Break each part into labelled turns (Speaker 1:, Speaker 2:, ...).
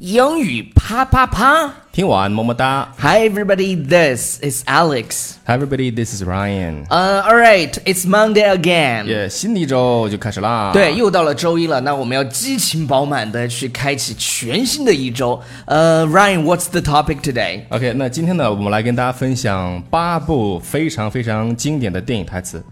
Speaker 1: 英语啪啪啪
Speaker 2: 听完么么哒
Speaker 1: ！Hi everybody, this is Alex.
Speaker 2: ，Hi everybody, this is Ryan。
Speaker 1: 呃、a l l right, it's Monday again.
Speaker 2: 耶、新的一周就开始啦。
Speaker 1: 对，又到了周一了，那我们要激情饱满的去开启全新的一周。呃、r y a n what's the topic today？
Speaker 2: OK，那今天呢，我们来跟大家分享八部非常非常经典的电影台词。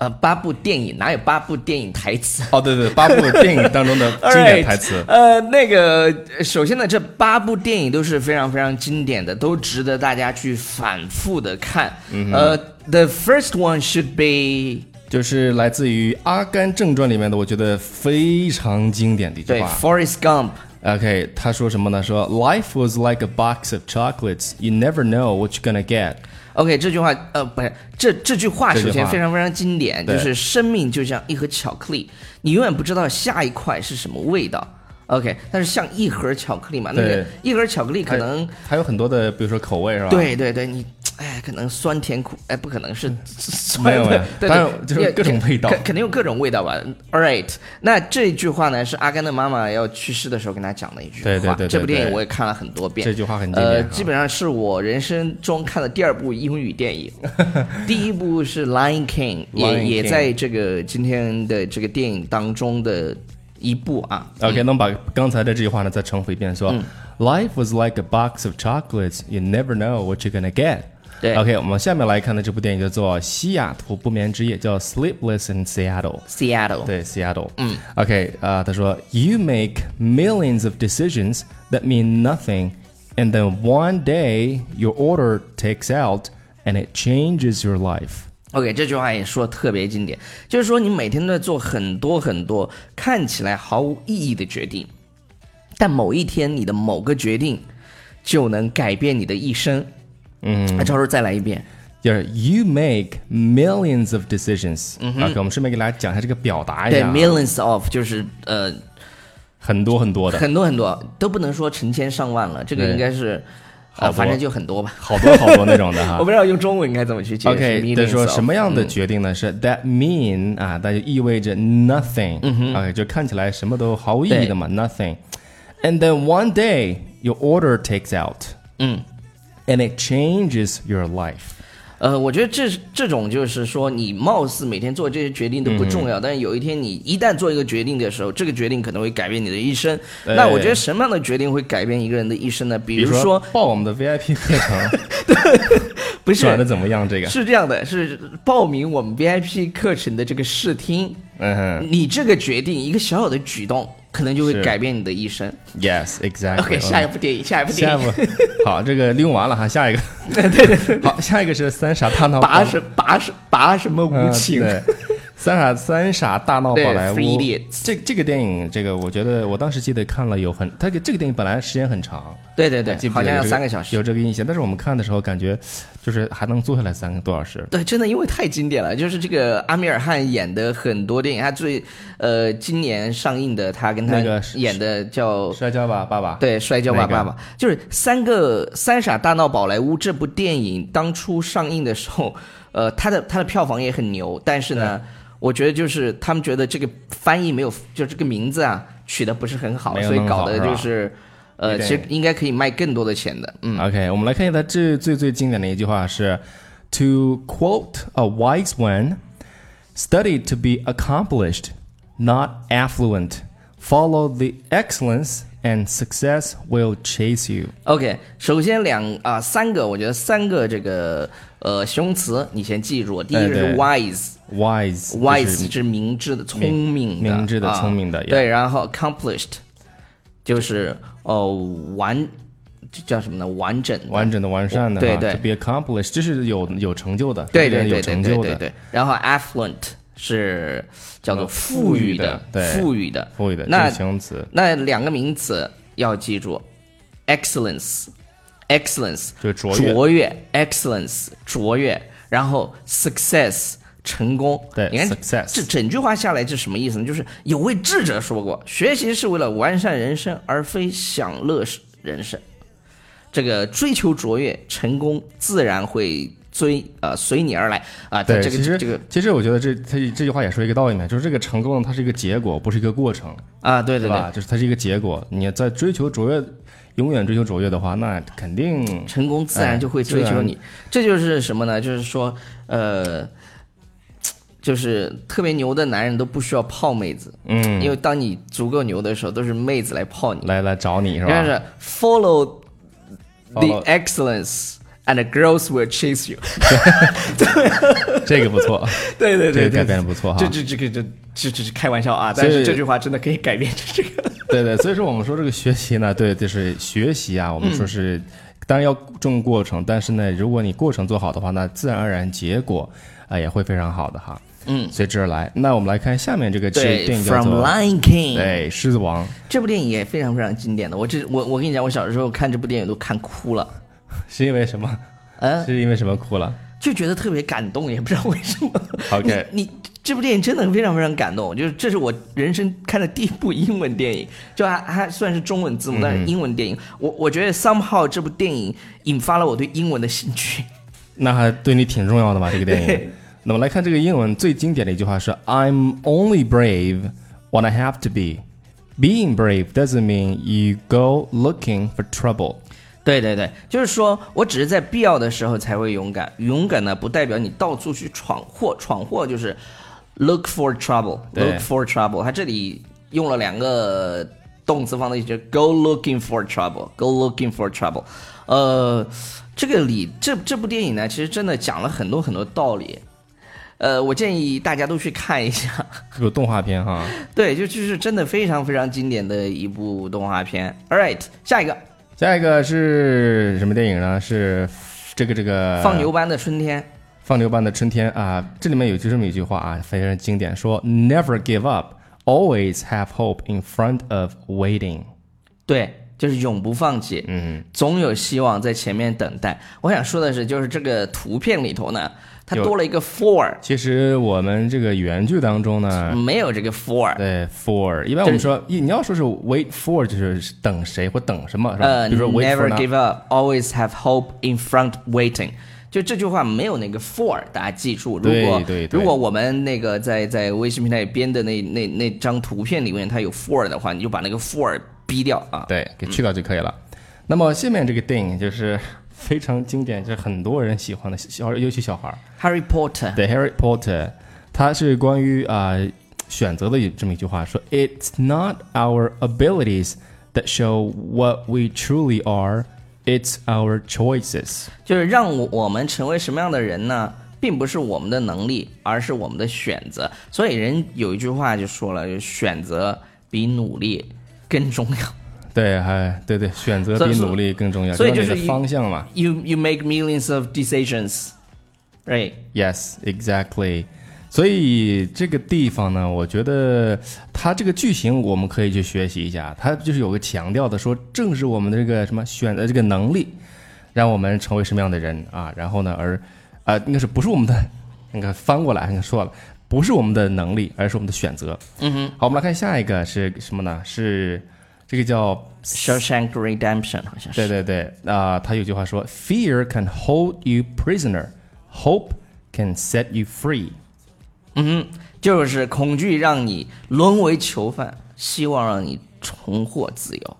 Speaker 1: 呃、八部电影哪有八部电影台 词？
Speaker 2: 哦，对对，八部电影当中 的经典台词。
Speaker 1: Alright，呃，那个，首先呢，这八部电影都是非常非常经典的，都值得大家去反复的看。呃、t h e first one should be
Speaker 2: 就是来自于《阿甘正传》里面的，我觉得非常经典的一句
Speaker 1: 对
Speaker 2: 话。
Speaker 1: Forrest Gump。
Speaker 2: OK，他说什么呢？说 Life was like a box of chocolates, you never know what you're gonna get。
Speaker 1: OK，这句话，呃，不是这这句话，
Speaker 2: 这句
Speaker 1: 首
Speaker 2: 话
Speaker 1: 先非常非常经典，
Speaker 2: 对
Speaker 1: 就是生命就像一盒巧克力，你永远不知道下一块是什么味道。OK，但是像一盒巧克力嘛，那个
Speaker 2: 对
Speaker 1: 一盒巧克力可能
Speaker 2: 还有很多的，比如说口味是吧？，嗯
Speaker 1: 对对对，你哎，可能酸甜苦，哎，不可能是酸
Speaker 2: 没有没有
Speaker 1: 的，对
Speaker 2: 当
Speaker 1: 对
Speaker 2: 然就是
Speaker 1: 也
Speaker 2: 各种味道
Speaker 1: 肯肯定有各种味道吧。All right，那这句话呢是阿甘的妈妈要去世的时候跟他讲的一句话。
Speaker 2: 对对对对
Speaker 1: 这部电影
Speaker 2: 对
Speaker 1: 我也看了很多遍。
Speaker 2: 这句话很经典
Speaker 1: 呃，
Speaker 2: 啊
Speaker 1: 基本上是我人生中看的第二部英语电 影，第一部是《Lion King》，
Speaker 2: Lion
Speaker 1: 也也
Speaker 2: King
Speaker 1: 在这个今天的这个电影当中的一部啊。
Speaker 2: OK，那我们把刚才的这句话呢再重复一遍，说、Life was like a box of chocolates, you never know what you're gonna get。
Speaker 1: 对
Speaker 2: OK，我们下面来看的这部电影叫做《西雅图不眠之夜》，叫《Sleepless in Seattle》。
Speaker 1: Seattle。
Speaker 2: 对，Seattle。嗯。OK，啊、他说，You make millions of decisions that mean nothing, and then one day your order takes out, and it changes your life.
Speaker 1: OK，这句话也说得特别经典，就是说你每天都在做很多很多看起来毫无意义的决定，但某一天你的某个决定就能改变你的一生。嗯，那超叔再来一遍。
Speaker 2: 就是 you make millions of decisions、OK，我们顺便给大家讲一下这个表达一
Speaker 1: 对
Speaker 2: 下啊，
Speaker 1: ，millions of 就是呃
Speaker 2: 很多很多的，
Speaker 1: 很多很多，都不能说成千上万了，这个
Speaker 2: 对
Speaker 1: 应该是
Speaker 2: 好
Speaker 1: 呃
Speaker 2: 多
Speaker 1: 反正就很多吧。
Speaker 2: 好多好多那种的 哈
Speaker 1: 我。不知道用中文应该怎么去解释。
Speaker 2: OK，他
Speaker 1: millions
Speaker 2: 说
Speaker 1: of 嗯
Speaker 2: 什么样的决定呢？是 that mean 啊，那就意味着 nothing、OK，就
Speaker 1: 嗯
Speaker 2: 看起来什么都毫无意义的嘛，nothing。And then one day your order takes out，
Speaker 1: 嗯
Speaker 2: ，and it changes your life。
Speaker 1: 呃，我觉得这这种就是说，你貌似每天做这些决定
Speaker 2: 嗯
Speaker 1: 都不重要，但是有一天你一旦做一个决定的时候，这个决定可能会改变你的一生。
Speaker 2: 对
Speaker 1: 那我觉得什么样的决定会改变一个人的一生呢？比
Speaker 2: 哎比
Speaker 1: 如说，
Speaker 2: 报我们 的 VIP 课程
Speaker 1: 不
Speaker 2: 转的
Speaker 1: 是
Speaker 2: 怎么样？这个，
Speaker 1: 是这样的，是报名我们 VIP 课程的这个试听，
Speaker 2: 嗯哼
Speaker 1: 你这个决定一个小小的举动，可能就会
Speaker 2: 是
Speaker 1: 改变你的一生。
Speaker 2: ，Yes，exactly。
Speaker 1: OK，下一部电影，下一部电
Speaker 2: 嗯下一
Speaker 1: 影，
Speaker 2: 步， 好，这个利用完了哈，下一个，对对对，好，下一个是三傻大闹宝
Speaker 1: 拔什拔什拔什么
Speaker 2: 嗯
Speaker 1: 无情？
Speaker 2: 对，三傻三傻大闹宝莱坞
Speaker 1: 对，Three Idiots
Speaker 2: 这这个电影，这个我觉得我当时记得看了有很，它这个这个电影本来时间很长，
Speaker 1: 对对对
Speaker 2: 记不
Speaker 1: 好
Speaker 2: 记
Speaker 1: 像
Speaker 2: 得有
Speaker 1: 要
Speaker 2: 这
Speaker 1: 三个小时。
Speaker 2: 有这个印象，但是我们看的时候感觉就是还能坐下来三个多小时。
Speaker 1: 对，真的因为太经典了，就是这个阿米尔汗演的很多电影，他最呃今年上映的，他跟他
Speaker 2: 那个是
Speaker 1: 演的叫。
Speaker 2: 摔跤吧，爸爸。
Speaker 1: 对，《摔跤吧，
Speaker 2: 那个
Speaker 1: 爸爸》就是三个《三傻大闹宝莱坞》这部电影当初上映的时候，呃，它的它的票房也很牛，但是呢，我觉得就是他们觉得这个翻译没有，就这个名字啊取的不是很好，
Speaker 2: 没有
Speaker 1: 所以
Speaker 2: 弄
Speaker 1: 搞
Speaker 2: 好
Speaker 1: 的
Speaker 2: 是吧
Speaker 1: 就是，呃，
Speaker 2: 有
Speaker 1: 其
Speaker 2: 点
Speaker 1: 实应该可以卖更多的钱的，嗯。
Speaker 2: OK，我们来看一下它最最最经典的一句话是：To quote a wise one, study to be accomplished, not affluent. Follow the excellence, and success will chase you.
Speaker 1: OK，首先两啊、三个，我觉得三个这个呃形容词你先记住，第一个是
Speaker 2: 哎对
Speaker 1: wise，wise
Speaker 2: Wise，就是
Speaker 1: 是明智的、聪明的、
Speaker 2: 明智的
Speaker 1: 啊
Speaker 2: 聪明的
Speaker 1: 对，然后 accomplished 就是哦完，这叫什么呢？完整的。
Speaker 2: 完整的、完善的，
Speaker 1: 对对
Speaker 2: 哈，to be accomplished，这是有有成就的，
Speaker 1: 对
Speaker 2: 这
Speaker 1: 对
Speaker 2: 个人
Speaker 1: 对
Speaker 2: 有
Speaker 1: 对
Speaker 2: 成
Speaker 1: 对
Speaker 2: 就
Speaker 1: 对
Speaker 2: 的。
Speaker 1: 对。然后 affluent 是叫做富裕的、
Speaker 2: 哦富裕的对
Speaker 1: 富裕的、
Speaker 2: 富裕的，这
Speaker 1: 那
Speaker 2: 是形容词，
Speaker 1: 那两个名词要记住，excellence。excellence
Speaker 2: 就是卓越
Speaker 1: 卓越 excellence 卓越，然后 success 成功。
Speaker 2: 对
Speaker 1: 你看
Speaker 2: success
Speaker 1: 这整句话下来是什么意思呢？就是有位智者说过，学习是为了完善人生，而非享乐人生。这个追求卓越，成功自然会追呃随你而来啊。它
Speaker 2: 对，
Speaker 1: 这
Speaker 2: 其
Speaker 1: 个
Speaker 2: 实
Speaker 1: 这个
Speaker 2: 其实我觉得这它这句话也说一个道理呢，就是这个成功呢，它是一个结果，不是一个过程，
Speaker 1: 啊，对对对
Speaker 2: 对吧？就是它是一个结果，你在追求卓越，永远追求卓越的话，那肯定
Speaker 1: 成功自
Speaker 2: 哎
Speaker 1: 然就会追求你。这就是什么呢？就是说，呃，就是特别牛的男人都不需要泡妹子，
Speaker 2: 嗯，
Speaker 1: 因为当你足够牛的时候，都是妹子来泡你。
Speaker 2: 来来找你是
Speaker 1: 但
Speaker 2: 吧？
Speaker 1: 是 follow the
Speaker 2: Follow-
Speaker 1: excellence and the girls will chase you。
Speaker 2: 这个不错，
Speaker 1: 对 对
Speaker 2: 这
Speaker 1: 对
Speaker 2: 个
Speaker 1: 对
Speaker 2: 改编的不错哈
Speaker 1: 这。这这个这这这是开玩笑啊，
Speaker 2: 所以
Speaker 1: 但是这句话真的可以改变这个。
Speaker 2: 对对，所以说我们说这个学习呢，对，就是学习啊，我们
Speaker 1: 嗯
Speaker 2: 说是、当然要重过程，但是呢，如果你过程做好的话，那自然而然结果啊、也会非常好的哈。
Speaker 1: 嗯，
Speaker 2: 随之而来。那我们来看下面这个其实
Speaker 1: 对
Speaker 2: 电影叫
Speaker 1: ，From
Speaker 2: 做
Speaker 1: Lion King。
Speaker 2: 对《狮子王》，
Speaker 1: 这部电影也非常非常经典的。我这我我跟你讲，我小时候看这部电影都看哭了，
Speaker 2: 是因为什么？
Speaker 1: 嗯，
Speaker 2: 是因为什么哭了
Speaker 1: 就觉得特别感动，也不知道为什么。
Speaker 2: ？OK，
Speaker 1: 你你这部电影真的非常非常感动，就是这是我人生看的第一部英文电影，就还还算是中文字幕，但是英文电影，我我觉得 somehow 这部电影引发了我对英文的兴趣。
Speaker 2: 那还对你挺重要的吧？这个电影
Speaker 1: 对。
Speaker 2: 那么来看这个英文最经典的一句话是 "I'm only brave when I have to be." Being brave doesn't mean you go looking for trouble.
Speaker 1: 对对对，就是说我只是在必要的时候才会勇敢，勇敢呢不代表你到处去闯祸，闯祸就是 look for
Speaker 2: 对
Speaker 1: trouble，look for trouble。它这里用了两个动词放在一起就是，go looking for trouble，go looking for trouble。呃，这个里这这部电影呢，其实真的讲了很多很多道理。呃，我建议大家都去看一下，
Speaker 2: 有动画片哈。
Speaker 1: 对，就就是真的非常非常经典的一部动画片。All right，下一个
Speaker 2: 下一个是什么电影呢？是这个这个
Speaker 1: 《放牛班的春天》。
Speaker 2: 放牛班的春天啊，这里面有就这么一句话啊，非常经典，说 Never give up, always have hope in front of waiting。
Speaker 1: 对，就是永不放弃，
Speaker 2: 嗯，
Speaker 1: 总有希望在前面等待。我想说的是，就是这个图片里头呢，它
Speaker 2: 有
Speaker 1: 多了一个 for，
Speaker 2: 其实我们这个原剧当中呢，
Speaker 1: 没有这个 for。
Speaker 2: 对 for，一般我们说一你要说是 wait for 就是等谁或等什么是吧？
Speaker 1: 呃
Speaker 2: 比如说 wait for
Speaker 1: ，never
Speaker 2: now
Speaker 1: give up, always have hope in front waiting。就这句话没有那个 for，大家记住。如
Speaker 2: 对
Speaker 1: 果
Speaker 2: 对对
Speaker 1: 如果我们那个在在微信平台里编的那那那张图片里面它有 for 的话，你就把那个 for 逼掉啊。
Speaker 2: 对，给去掉就可以了。
Speaker 1: 嗯
Speaker 2: 那么下面这个电影就是非常经典，就是很多人喜欢的小，尤其小孩儿。
Speaker 1: Harry Potter，
Speaker 2: The Harry Potter，它是关于啊、选择的这么一句话，说 It's not our abilities that show what we truly are, it's our choices。
Speaker 1: 就是让我我们成为什么样的人呢？并不是我们的能力，而是我们的选择。所以人有一句话就说了，就是选择比努力更重要。
Speaker 2: 对，哎，对对，选择
Speaker 1: 所以
Speaker 2: 比
Speaker 1: 说
Speaker 2: 努力更重要，
Speaker 1: 所以
Speaker 2: 知道
Speaker 1: 就是
Speaker 2: 你
Speaker 1: 一
Speaker 2: 的方向嘛。
Speaker 1: You you make millions of decisions, right?
Speaker 2: Yes, exactly. 所以这个地方呢，我觉得它这个剧情我们可以去学习一下。它就是有个强调的说，正是我们的这个什么选择这个能力，让我们成为什么样的人啊。然后呢，而啊、应该是不是我们的，应该翻过来，应该说了，不是我们的能力，而是我们的选择。嗯哼。好，我们来看下一个是什么呢？是这个叫
Speaker 1: Shawshank Redemption 好像
Speaker 2: 对
Speaker 1: 是。
Speaker 2: 对对，啊、他有句话说，Fear can hold you prisoner, hope can set you free。
Speaker 1: 嗯哼，就是恐惧让你沦为囚犯，希望让你重获自由。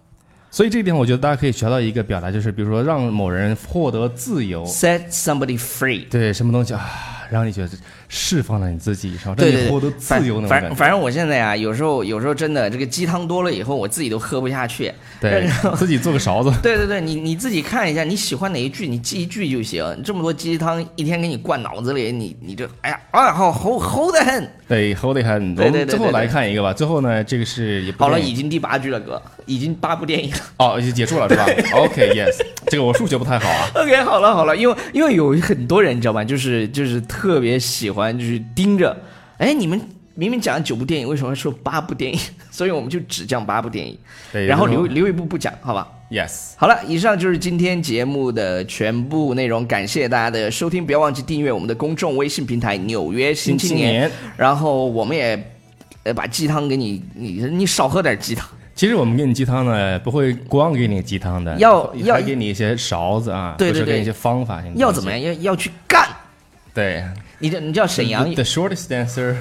Speaker 2: 所以这个地方，我觉得大家可以学到一个表达，就是比如说让某人获得自由，
Speaker 1: Set somebody free.
Speaker 2: 对什么东西啊，让你觉得释放了你自己，然后让
Speaker 1: 对对
Speaker 2: 你
Speaker 1: 对，
Speaker 2: 获得自由那种
Speaker 1: 反反
Speaker 2: 感觉，
Speaker 1: 反正我现在啊，有时候有时候真的这个鸡汤多了以后，我自己都喝不下去。 然后
Speaker 2: 对自己做个勺子，
Speaker 1: 对对对，你你自己看一下，你喜欢哪一句，你记一句就行。这么多鸡汤一天给你灌脑子里，你你这哎呀啊，好齁齁的很。
Speaker 2: 对，hold 得很。我
Speaker 1: 对对
Speaker 2: 们
Speaker 1: 对
Speaker 2: 最后
Speaker 1: 对对
Speaker 2: 来看一个吧，最后呢，这个是也不
Speaker 1: 好了，
Speaker 2: 电影
Speaker 1: 已经第八句了，哥，已经八部电影了。
Speaker 2: 哦，已经结束了是 吧？OK，yes，这个我数学不太好啊。
Speaker 1: OK，好了好了，因为因为有很多人你知道吧，就是就是特别喜欢就是盯着，哎，你们明明讲了九部电影，为什么说八部电影？ 所以我们就只讲八部电影，
Speaker 2: 对
Speaker 1: 然后
Speaker 2: 有
Speaker 1: 留
Speaker 2: 的
Speaker 1: 留一部不讲，好吧？
Speaker 2: yes，
Speaker 1: 好了，以上就是今天节目的全部内容，感谢大家的收听，不要忘记订阅我们的公众微信平台《纽约新青
Speaker 2: 新青年
Speaker 1: 然后我们也呃把鸡汤给你，你你少喝点鸡汤，
Speaker 2: 其实我们给你鸡汤呢，不会光给你鸡汤的，
Speaker 1: 要
Speaker 2: 还
Speaker 1: 要
Speaker 2: 给你一些勺子啊，
Speaker 1: 对
Speaker 2: 或者
Speaker 1: 对对
Speaker 2: 给你一些方法性的东西。
Speaker 1: 要怎么样？要要去干！
Speaker 2: 对，
Speaker 1: 你这你叫沈阳
Speaker 2: The shortest answer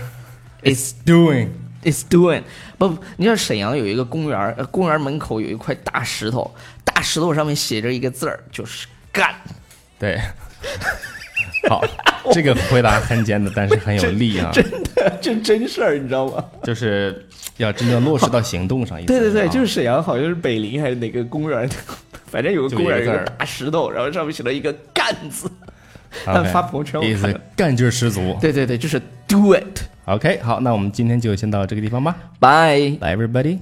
Speaker 1: ，is
Speaker 2: doing。
Speaker 1: is doing 不，不你知道沈阳有一个公园儿，呃公园门口有一块大石头，大大石头上面写着一个字儿，就是 干。
Speaker 2: 对， 好，这个回答很简单，但是很有力啊，
Speaker 1: 真的，这真事儿，你知道吗？
Speaker 2: 就是要真正落实到行动上。意思啊
Speaker 1: 对对对，就是是沈阳，好像是北陵还是哪个公 园，反正有个
Speaker 2: 就
Speaker 1: 公园
Speaker 2: 一
Speaker 1: 有
Speaker 2: 个
Speaker 1: 个
Speaker 2: 字儿
Speaker 1: 大石头，然后上面写了一个“干”字。
Speaker 2: 啊
Speaker 1: 他
Speaker 2: OK，
Speaker 1: 发朋友圈我
Speaker 2: 意
Speaker 1: 看
Speaker 2: 思
Speaker 1: 了
Speaker 2: 干劲儿十足。
Speaker 1: 对对对，就是 do it。
Speaker 2: OK，好，那我们今天就先到这个地方吧。
Speaker 1: Bye。
Speaker 2: Bye everybody.